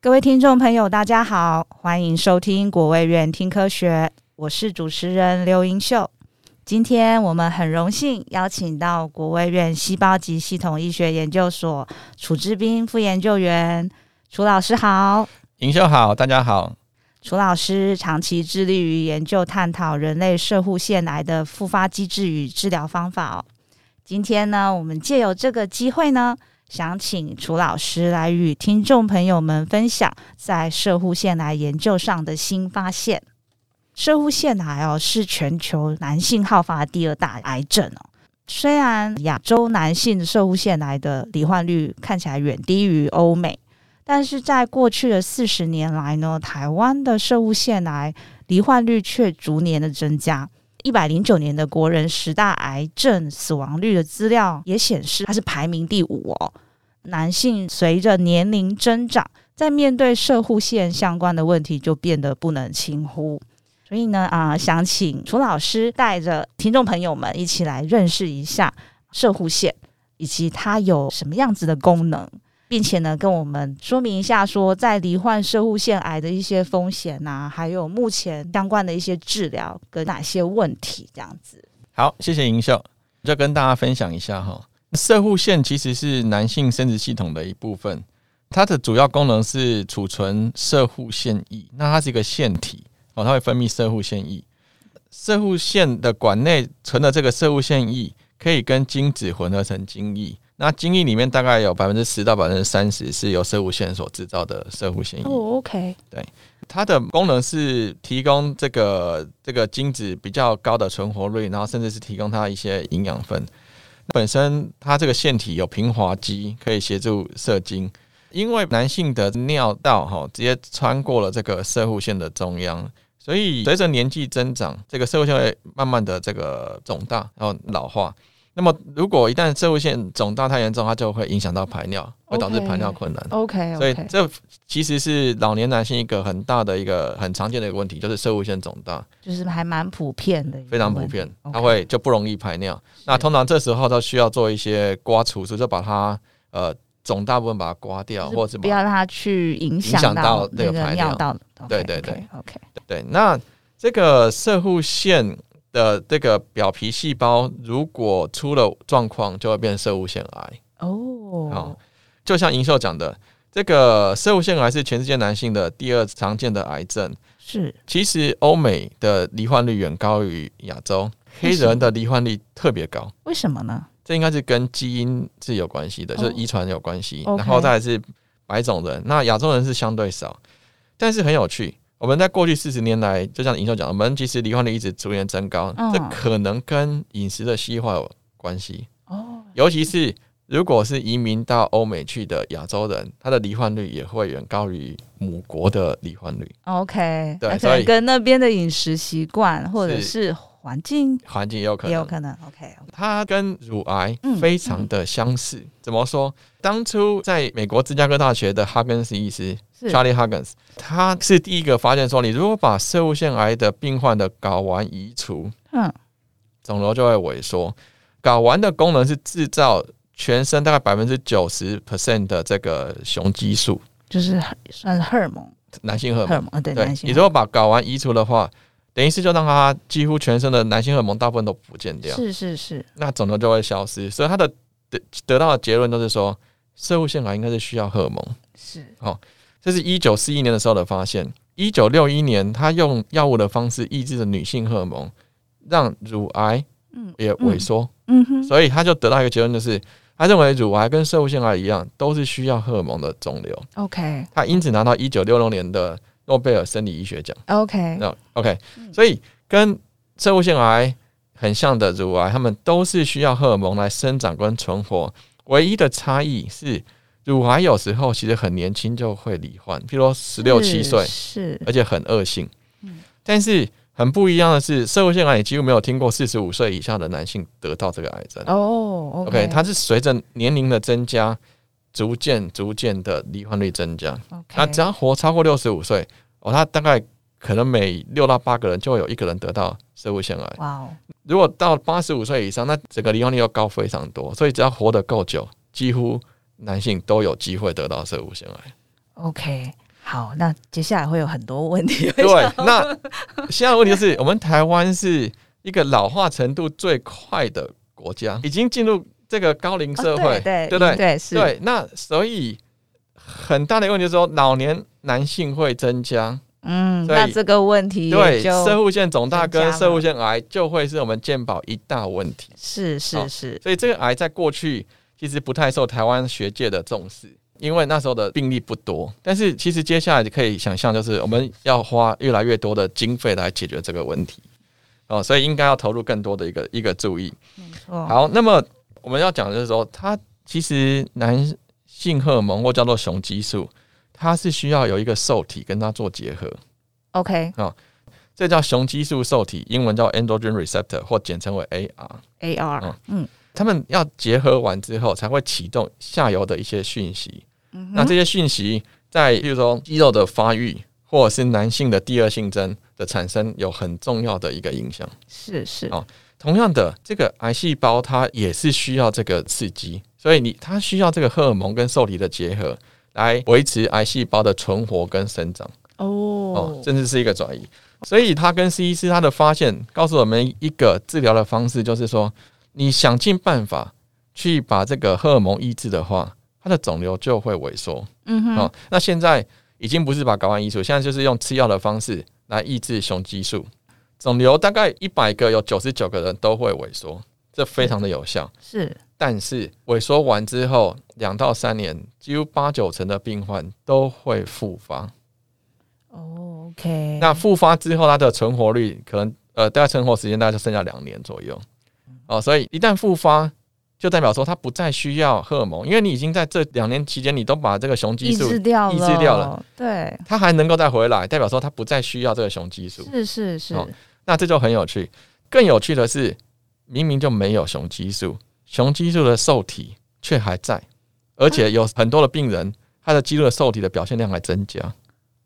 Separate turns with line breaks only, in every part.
各位听众朋友，大家好，欢迎收听国卫院听科学，我是主持人刘英秀。今天我们很荣幸邀请到国卫院细胞及系统医学研究所楚志斌副研究员，楚老师好。
营销好，大家好。
楚老师长期致力于研究探讨人类射护腺癌的复发机制与治疗方法哦。今天呢，我们借由这个机会呢，想请楚老师来与听众朋友们分享在射护腺癌研究上的新发现。射护腺癌哦，是全球男性好发的第二大癌症哦。虽然亚洲男性射护腺癌的罹患率看起来远低于欧美，但是在过去的四十年来呢，台湾的射物腺癌罹患率却逐年的增加。一百零九年的国人十大癌症死亡率的资料也显示，它是排名第五哦。男性随着年龄增长，在面对射护腺相关的问题，就变得不能轻忽。所以呢，啊、想请楚老师带着听众朋友们一起来认识一下射护腺，以及它有什么样子的功能。并且呢，跟我们说明一下，说在罹患射护腺癌的一些风险呐、还有目前相关的一些治疗跟哪些问题，这样子。
好，谢谢营秀，就跟大家分享一下哈。射护腺其实是男性生殖系统的一部分，它的主要功能是储存射护腺液。那它是一个腺体哦，它会分泌射护腺液。射护腺的管内存的这个射护腺液，可以跟精子混合成精液。那精液里面大概有百分之十到百分之三十是由射护腺所制造的射护腺液。
，OK，
它的功能是提供这个这个精子比较高的存活率，然后甚至是提供它一些营养分。本身它这个腺体有平滑肌，可以协助射精。因为男性的尿道哈、直接穿过了这个射护腺的中央，所以随着年纪增长，这个射护腺会慢慢的这个肿大，然后老化。那么如果一旦射护腺肿大太严重，它就会影响到排尿，会导致
OK
排尿困难。
OK，
所以这其实是老年男性一个很大的一个很常见的一个问题，就是射物腺肿大，
就是还蛮普遍的，
非常普遍，
嗯 OK
它会就不容易排尿。那通常这时候都需要做一些刮除，所以就把它呃肿大部分把它刮掉，
就是
或者是
不
把
要让它去影
影响
到
到
那
这个
个
排
尿
尿
道。
对对对
，OK，
对。那这个射护腺的这个表皮细胞如果出了状况，就会变成射物腺癌。
哦
好，就像银秀讲的，这个射物腺癌是全世界男性的第二常见的癌症。
是
其实欧美的罹患率远高于亚洲，
为
黑
什么
人的罹患率特别高。
为什么呢？
这应该是跟基因是有关系的，
哦
就是遗传有关系。
OK
然后再来是白种人，那亚洲人是相对少，但是很有趣。我们在过去四十年来，就像尹秀讲，我们其实罹患率一直逐年增高，
嗯
这可能跟饮食的西化有关系，
哦，
尤其是如果是移民到欧美去的亚洲人，他的罹患率也会远高于母国的罹患率。
OK，
对
那可
所
能
以
跟那边的饮食习惯或者
是
是环境
环境也有可
也
能
有，可能。OK，
它跟乳癌
嗯
非常的相似。怎么说？当初在美国芝加哥大学的哈根斯医师
是
Charlie Huggins，他是第一个发现说，你如果把射物腺癌的病患的睾丸移除，
嗯，
肿瘤就会萎缩。睾丸的功能是制造全身大概百分之九十 percent 的这个雄激素，
就是算是荷尔蒙，
男性荷尔
荷
蒙。
尔蒙呃对
对
男，性荷
你
尔蒙。
如果把睾丸移除的话，等于是就让他几乎全身的男性荷尔蒙大部分都不见掉。
是是是，
那肿瘤就会消失。所以他的得得到的结论都是说，射物腺癌应该是需要荷尔蒙。
是
这是一九四一年的时候的发现。一九六一年，他用药物的方式抑制了女性荷尔蒙，让乳癌
嗯
也萎缩。
嗯哼，
所以他就得到一个结论，就是他认为乳癌跟射物腺癌一样，都是需要荷尔蒙的肿瘤。
，OK
他因此拿到一九六六年的诺贝尔生理医学奖。
OK，
那 OK，所以跟射物腺癌很像的乳癌，它们都是需要荷尔蒙来生长跟存活。唯一的差异是，乳癌有时候其实很年轻就会罹患，譬如说十六七岁，
是
而且很恶性
嗯。
但是很不一样的是，射物腺癌也几乎没有听过四十五岁以下的男性得到这个癌症。
哦
OK，它是随着年龄的增加，逐渐逐渐的罹患率增加。那只要活超过六十五岁，哦，他大概可能每六到八个人就会有一个人得到射物腺癌。
哇哦，
如果到八十五岁以上，那整个罹患率又高非常多。所以只要活得够久，几乎男性都有机会得到射物腺癌。
OK，好，那接下来会有很多问题。 哦
对，那现在的问题就是，我们台湾是一个老化程度最快的国家，已经进入这个高龄社会，
哦对
对不
对
对？
对是，
对，那所以很大的一个问题就是说，老年男性会增加，
嗯，
所以
那这个问题
对，
也
射
就
护腺肿大
增
跟
加
射
了
护腺癌就会是我们健保一大问题。
是是
好
是，
哦所以这个癌在过去其实不太受台湾学界的重视，因为那时候的病例不多。但是其实接下来可以想象，就是我们要花越来越多的经费来解决这个问题哦，所以应该要投入更多的一个一个注意。
没错。
好，那么我们要讲的就是说，它其实男性荷尔蒙或叫做雄激素，它是需要有一个受体跟它做结合，
OK，
这叫雄激素受体，英文叫 androgen receptor 或简称为 AR。哦
AR，嗯
他们要结合完之后，才会启动下游的一些讯息。
嗯
那
哼，
这些讯息在，比如说肌肉的发育，或者是男性的第二性征的产生，有很重要的一个影响。
是是
好同样的，这个癌细胞它也是需要这个刺激，所以你它需要这个荷尔蒙跟受体的结合来维持癌细胞的存活跟生长。哦
哦，，
甚至是一个转移。所以他跟 C 医师他的发现告诉我们一个治疗的方式，就是说你想尽办法去把这个荷尔蒙抑制的话，它的肿瘤就会萎缩。
嗯哼，
哦，那现在已经不是把睾丸移除，现在就是用吃药的方式来抑制雄激素。肿瘤大概一百个有九十九个人都会萎缩，这非常的有效。
是
但是萎缩完之后，两到三年，几乎八九成的病患都会复发。
哦，OK，
那复发之后，它的存活率可能呃，大概存活时间大概就剩下两年左右。哦，所以一旦复发，就代表说它不再需要荷尔蒙，因为你已经在这两年期间，你都把这个雄激
抑
素，
制掉了，
抑制掉了，
对，
它还能够再回来，代表说它不再需要这个雄激素。
是是是，
哦那这就很有趣。更有趣的是，明明就没有雄激素，雄激素的受体却还在，而
啊
且有很多的病人，他的肌肉的受体的表现量还增加。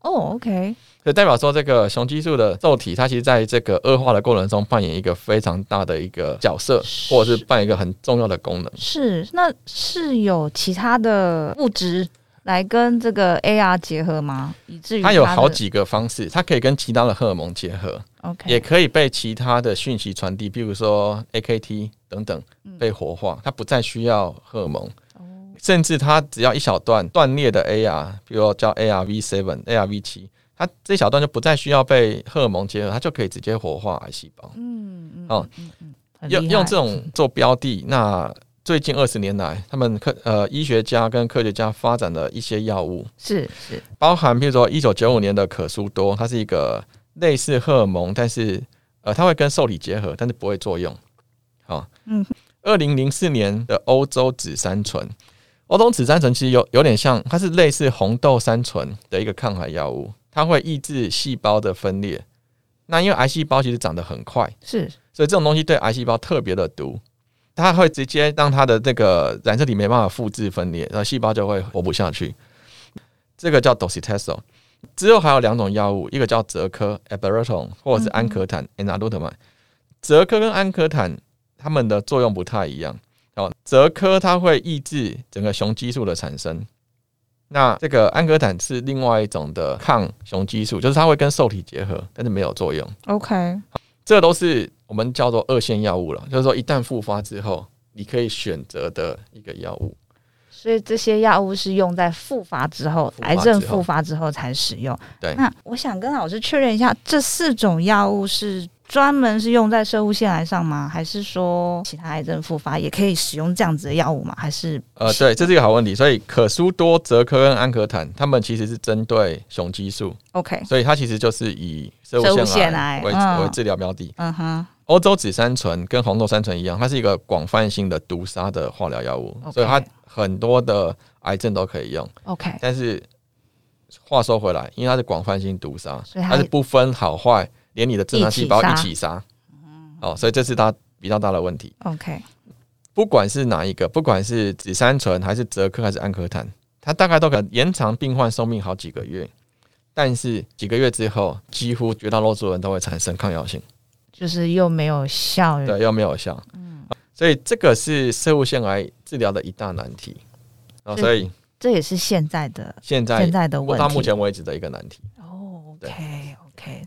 哦，OK，
所以代表说，这个雄激素的受体，它其实在这个恶化的过程中扮演一个非常大的一个角色，
是
或者是扮演一个很重要的功能。
是，那是有其他的物质来跟这个 AR 结合吗？以至于
它有
的
好几个方式，它可以跟其他的荷尔蒙结合，
OK，
也可以被其他的讯息传递，比如说 AKT 等等
嗯
被活化，它不再需要荷尔蒙，
哦
甚至它只要一小段断裂的 AR，比如说叫 ARV seven、ARV 七，它这一小段就不再需要被荷尔蒙结合，它就可以直接活化癌细胞。
嗯嗯
哦
嗯嗯很
用
厉
用
害
这种做标的，那最近二十年来，他们科呃医学家跟科学家发展了一些药物，
是是
包含譬如说一九九五年的可舒多，它是一个类似荷尔蒙，但是呃它会跟受体结合，但是不会作用。好、
嗯
二零零四年的欧洲紫杉醇，欧洲紫杉醇其实有有点像，它是类似红豆杉醇的一个抗癌药物，它会抑制细胞的分裂。那因为癌细胞其实长得很快，
是
所以这种东西对癌细胞特别的毒，它会直接让它的这个染色体没办法复制分裂，然后细胞就会活不下去。这个叫 docetaxel。之后还有两种药物，一个叫泽科 a b e r t o n 或者是安可坦 a n a l u t a m i 泽科跟安可坦它们的作用不太一样。哦，泽科它会抑制整个雄激素的产生，那这个安可坦是另外一种的抗雄激素，就是它会跟受体结合，但是没有作用。
OK，
这都是我们叫做二线药物了，就是说一旦复发之后，你可以选择的一个药物。
所以这些药物是用在复发之后，
复发
癌症
之后
复发之后才使用。
对
那我想跟老师确认一下，这四种药物是专门是用在射物腺癌上吗？还是说其他癌症复发也可以使用这样子的药物吗？还是
呃，对，这是一个好问题。所以可舒多、泽科跟安可坦，他们其实是针对雄激素，
OK？
所以它其实就是以射
射物
物
腺
腺
癌
癌为
嗯
为治疗标的。
嗯哼，
欧洲紫杉醇跟红豆杉醇一样，它是一个广泛性的毒杀的化疗药物
OK
所以它很多的癌症都可以用。
OK，
但是话说回来，因为它是广泛性毒杀，
所以它
它是不分好坏，连你的正常细胞
一
一
起杀
起杀。哦，所以这是它比较大的问题。
OK，
不管是哪一个，不管是紫杉醇还是泽科还是安可坦，它大概都可能延长病患寿命好几个月。但是几个月之后，几乎绝大多数人都会产生抗药性，
就是又没有效，
对，又没有效。
嗯
所以这个是射物腺癌治疗的一大难题。哦，
是
所以
这也是现在的
现在
现在的问题。
到目前为止的一个难题。
哦，OK OK，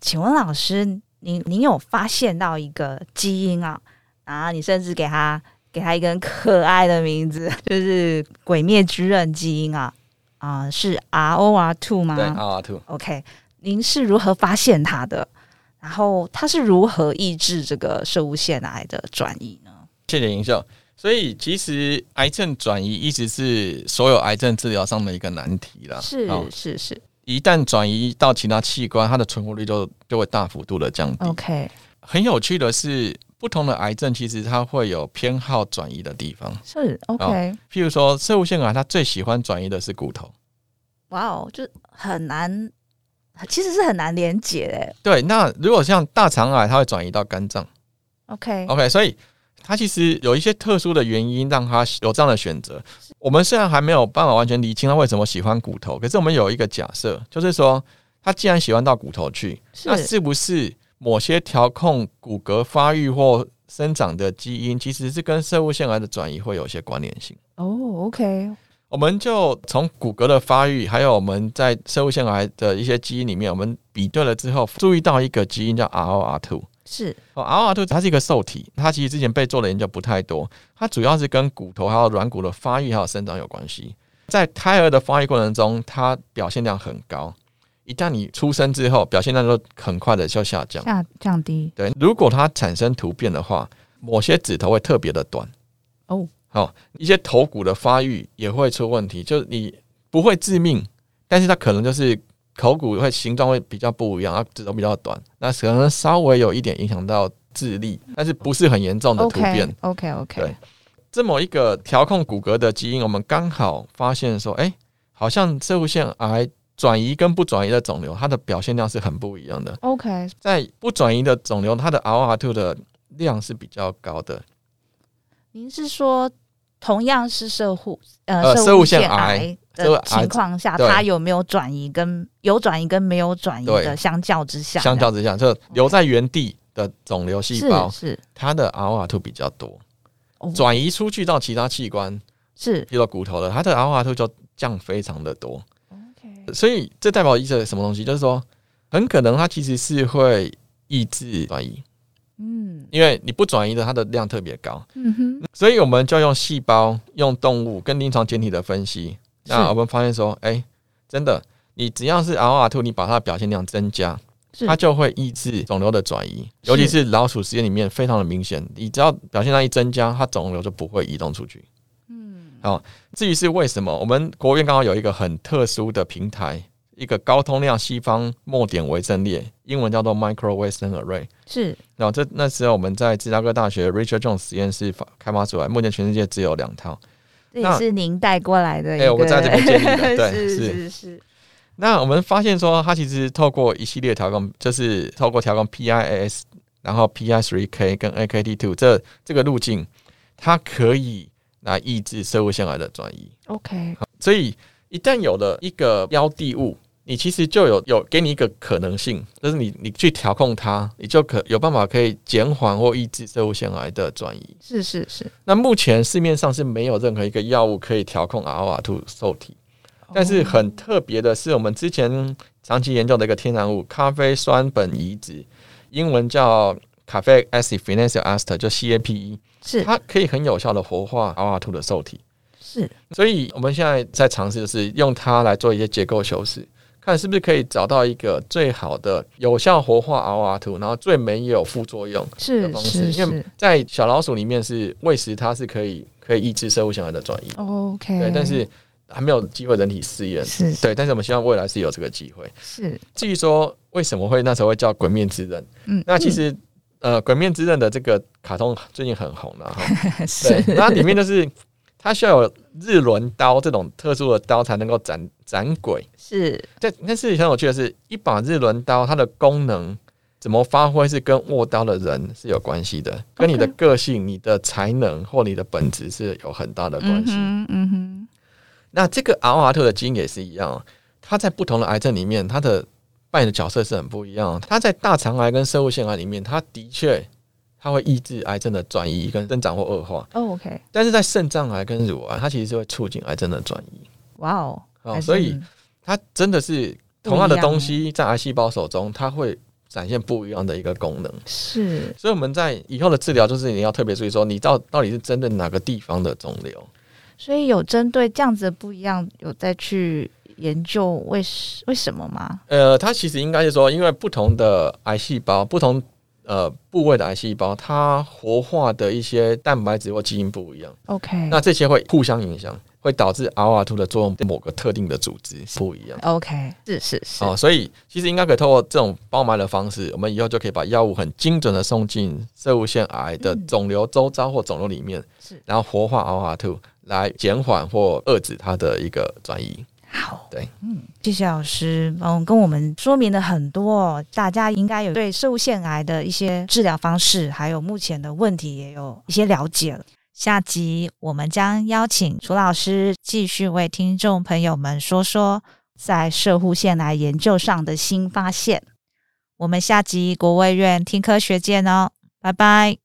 请问老师，您您有发现到一个基因啊？啊，你甚至给它给它一个很可爱的名字， 就是《鬼灭之刃》基因啊啊、是 R O R two 吗？
对，R two，
OK，您是如何发现它的？然后它是如何抑制这个射物腺癌的转移呢？
谢谢银秀。所以其实癌症转移一直是所有癌症治疗上的一个难题啦。
是
哦
是是
一旦转移到其他器官，它的存活率就就会大幅度的降低。
，OK，
很有趣的是，不同的癌症其实它会有偏好转移的地方。
是 OK，
譬如说，射物腺癌它最喜欢转移的是骨头。
哇哦，就很难，其实是很难连接的。
对，那如果像大肠癌，它会转移到肝脏。
OK，
OK，所以它其实有一些特殊的原因让它有这样的选择。我们虽然还没有办法完全理清它为什么喜欢骨头，可是我们有一个假设，就是说它既然喜欢到骨头去，那
是
是不是某些调控骨骼发育或生长的基因，其实是跟生物腺癌的转移会有一些关联性？
哦，OK，
我们就从骨骼的发育，还有我们在生物腺癌的一些基因里面，我们比对了之后，注意到一个基因叫 ROR2。
是
哦，ROR2 它是一个受体，它其实之前被做的研究不太多，它主要是跟骨头还有软骨的发育还有生长有关系。在胎儿的发育过程中，它表现量很高，一旦你出生之后，表现量就很快的就下降。
下降低
对，如果它产生突变的话，某些指头会特别的短。
哦，
好、一些头骨的发育也会出问题，就是你不会致命，但是它可能就是头骨会形状会比较不一样，它指头比较短，那可能稍微有一点影响到智力，但是不是很严重的突变。
，OK，OK，OK，
对这么一个调控骨骼的基因，我们刚好发现说，哎、好像射物腺癌转移跟不转移的肿瘤，它的表现量是很不一样的。
OK，
在不转移的肿瘤，它的 ROR2 的量是比较高的。
您是说同样是射护呃
呃
射物
射物腺
腺
癌
癌
射物
的
癌
情况下，
对
它有没有转移跟有转移跟没有转移
对
的相较之下，
相较之下，就留在原地的肿瘤细
是
胞，
是
它的 ROR2 比较多
哦，
转移出去到其他器官，
是
比如说骨头了，它的 ROR2 就降非常的多。
OK
所以这代表意思什么东西？就是说，很可能它其实是会抑制转移，
嗯
因为你不转移的，它的量特别高。
嗯哼
所以我们就用细胞、用动物跟临床检体的分析，那我
是
们发现说，哎、真的，你只要是 ROR2，你把它的表现量增加，
是
它就会抑制肿瘤的转移，
是
尤其是老鼠实验里面非常的明显，你只要表现量一增加，它肿瘤就不会移动出去。
嗯
至于是为什么，我们国务院刚好有一个很特殊的平台，一个高通量西方末点微阵列，英文叫做 Micro Western Array。
是
然后这那时候我们在芝加哥大学 Richard Jones 实验室发开发出来，目前全世界只有两套。
这
那
也是您带过来的一个，
哎我们在这边建 立的对
是
是
是是
那我们发现说，它其实透过一系列调控，就是透过调控 PIS，然后 PI3K 跟 AKT2 这这个路径，它可以来抑制生物腺癌的转移。
OK
所以一旦有了一个标的物，你其实就有有给你一个可能性，就是你你去调控它，你就可有办法可以减缓或抑制生物腺癌的转移。
是是是，
那目前市面上是没有任何一个药物可以调控 ROR2 受体，但是很特别的是，我们之前长期研究的一个天然物咖啡酸苯乙酯，英文叫 cafe acid phenyl ester，就 CAPE，
是
E，它可以很有效的活化 ROR2 的受体。
是
所以我们现在在尝试的是用它来做一些结构修饰，看是不是可以找到一个最好的有效活化 ROR 图，然后最没有副作用的
是
方式。
是
因为
是
在小老鼠里面是喂食，它是可以可以抑制生物腺癌的转移，
OK，
对，但是还没有机会人体试验。
嗯是
对，但是我们希望未来是有这个机会。
是
至于说为什么会那时候会叫《鬼面之刃》，
嗯，
那其实、呃，《鬼面之刃》的这个卡通最近很红了、哈。
嗯
对
是，
那里面就是它需要有日轮刀这种特殊的刀才能够斩斩鬼。
是
但但是很有趣的是，一把日轮刀它的功能怎么发挥是跟握刀的人是有关系的，跟你的个性、你的才能或你的本质是有很大的关
嗯
系。
哼嗯哼
那这个 R 瓦特的基因也是一样哦，它在不同的癌症里面，它啊的扮演的角色是很不一样哦。它在大肠癌跟生物腺癌里面，它的确它会抑制癌症的转移跟增长或恶化。
哦，OK，
但是在肾脏癌跟乳癌，它其实是会促进癌症的转移。
哇哦，
啊、
还是
所以它真的是同样的东西在癌细胞手中，它会展现不一样的一个功能。
是
所以我们在以后的治疗，就是你要特别注意说，你到到底是针对哪个地方的肿瘤。
所以有针对这样子的不一样，有再去研究为什为什么吗？
呃，它其实应该是说，因为不同的癌细胞，不同呃部位的癌细胞，它活化的一些蛋白质或基因不一样，
OK，
那这些会互相影响，会导致 RR2 的作用对某个特定的组织不一样。
OK，是是是，
哦，所以其实应该可以透过这种包埋的方式，我们以后就可以把药物很精准的送进射物腺癌的
嗯
肿瘤周遭或肿瘤里面，
是
然后活化 RR2 来减缓或遏制它的一个转移。
好，
对，
嗯，谢谢老师，嗯，跟我们说明了很多、哦，大家应该有对射物腺癌的一些治疗方式，还有目前的问题也有一些了解了。下集我们将邀请楚老师继续为听众朋友们说说在射护腺癌研究上的新发现。我们下集国卫院听科学见哦，拜拜。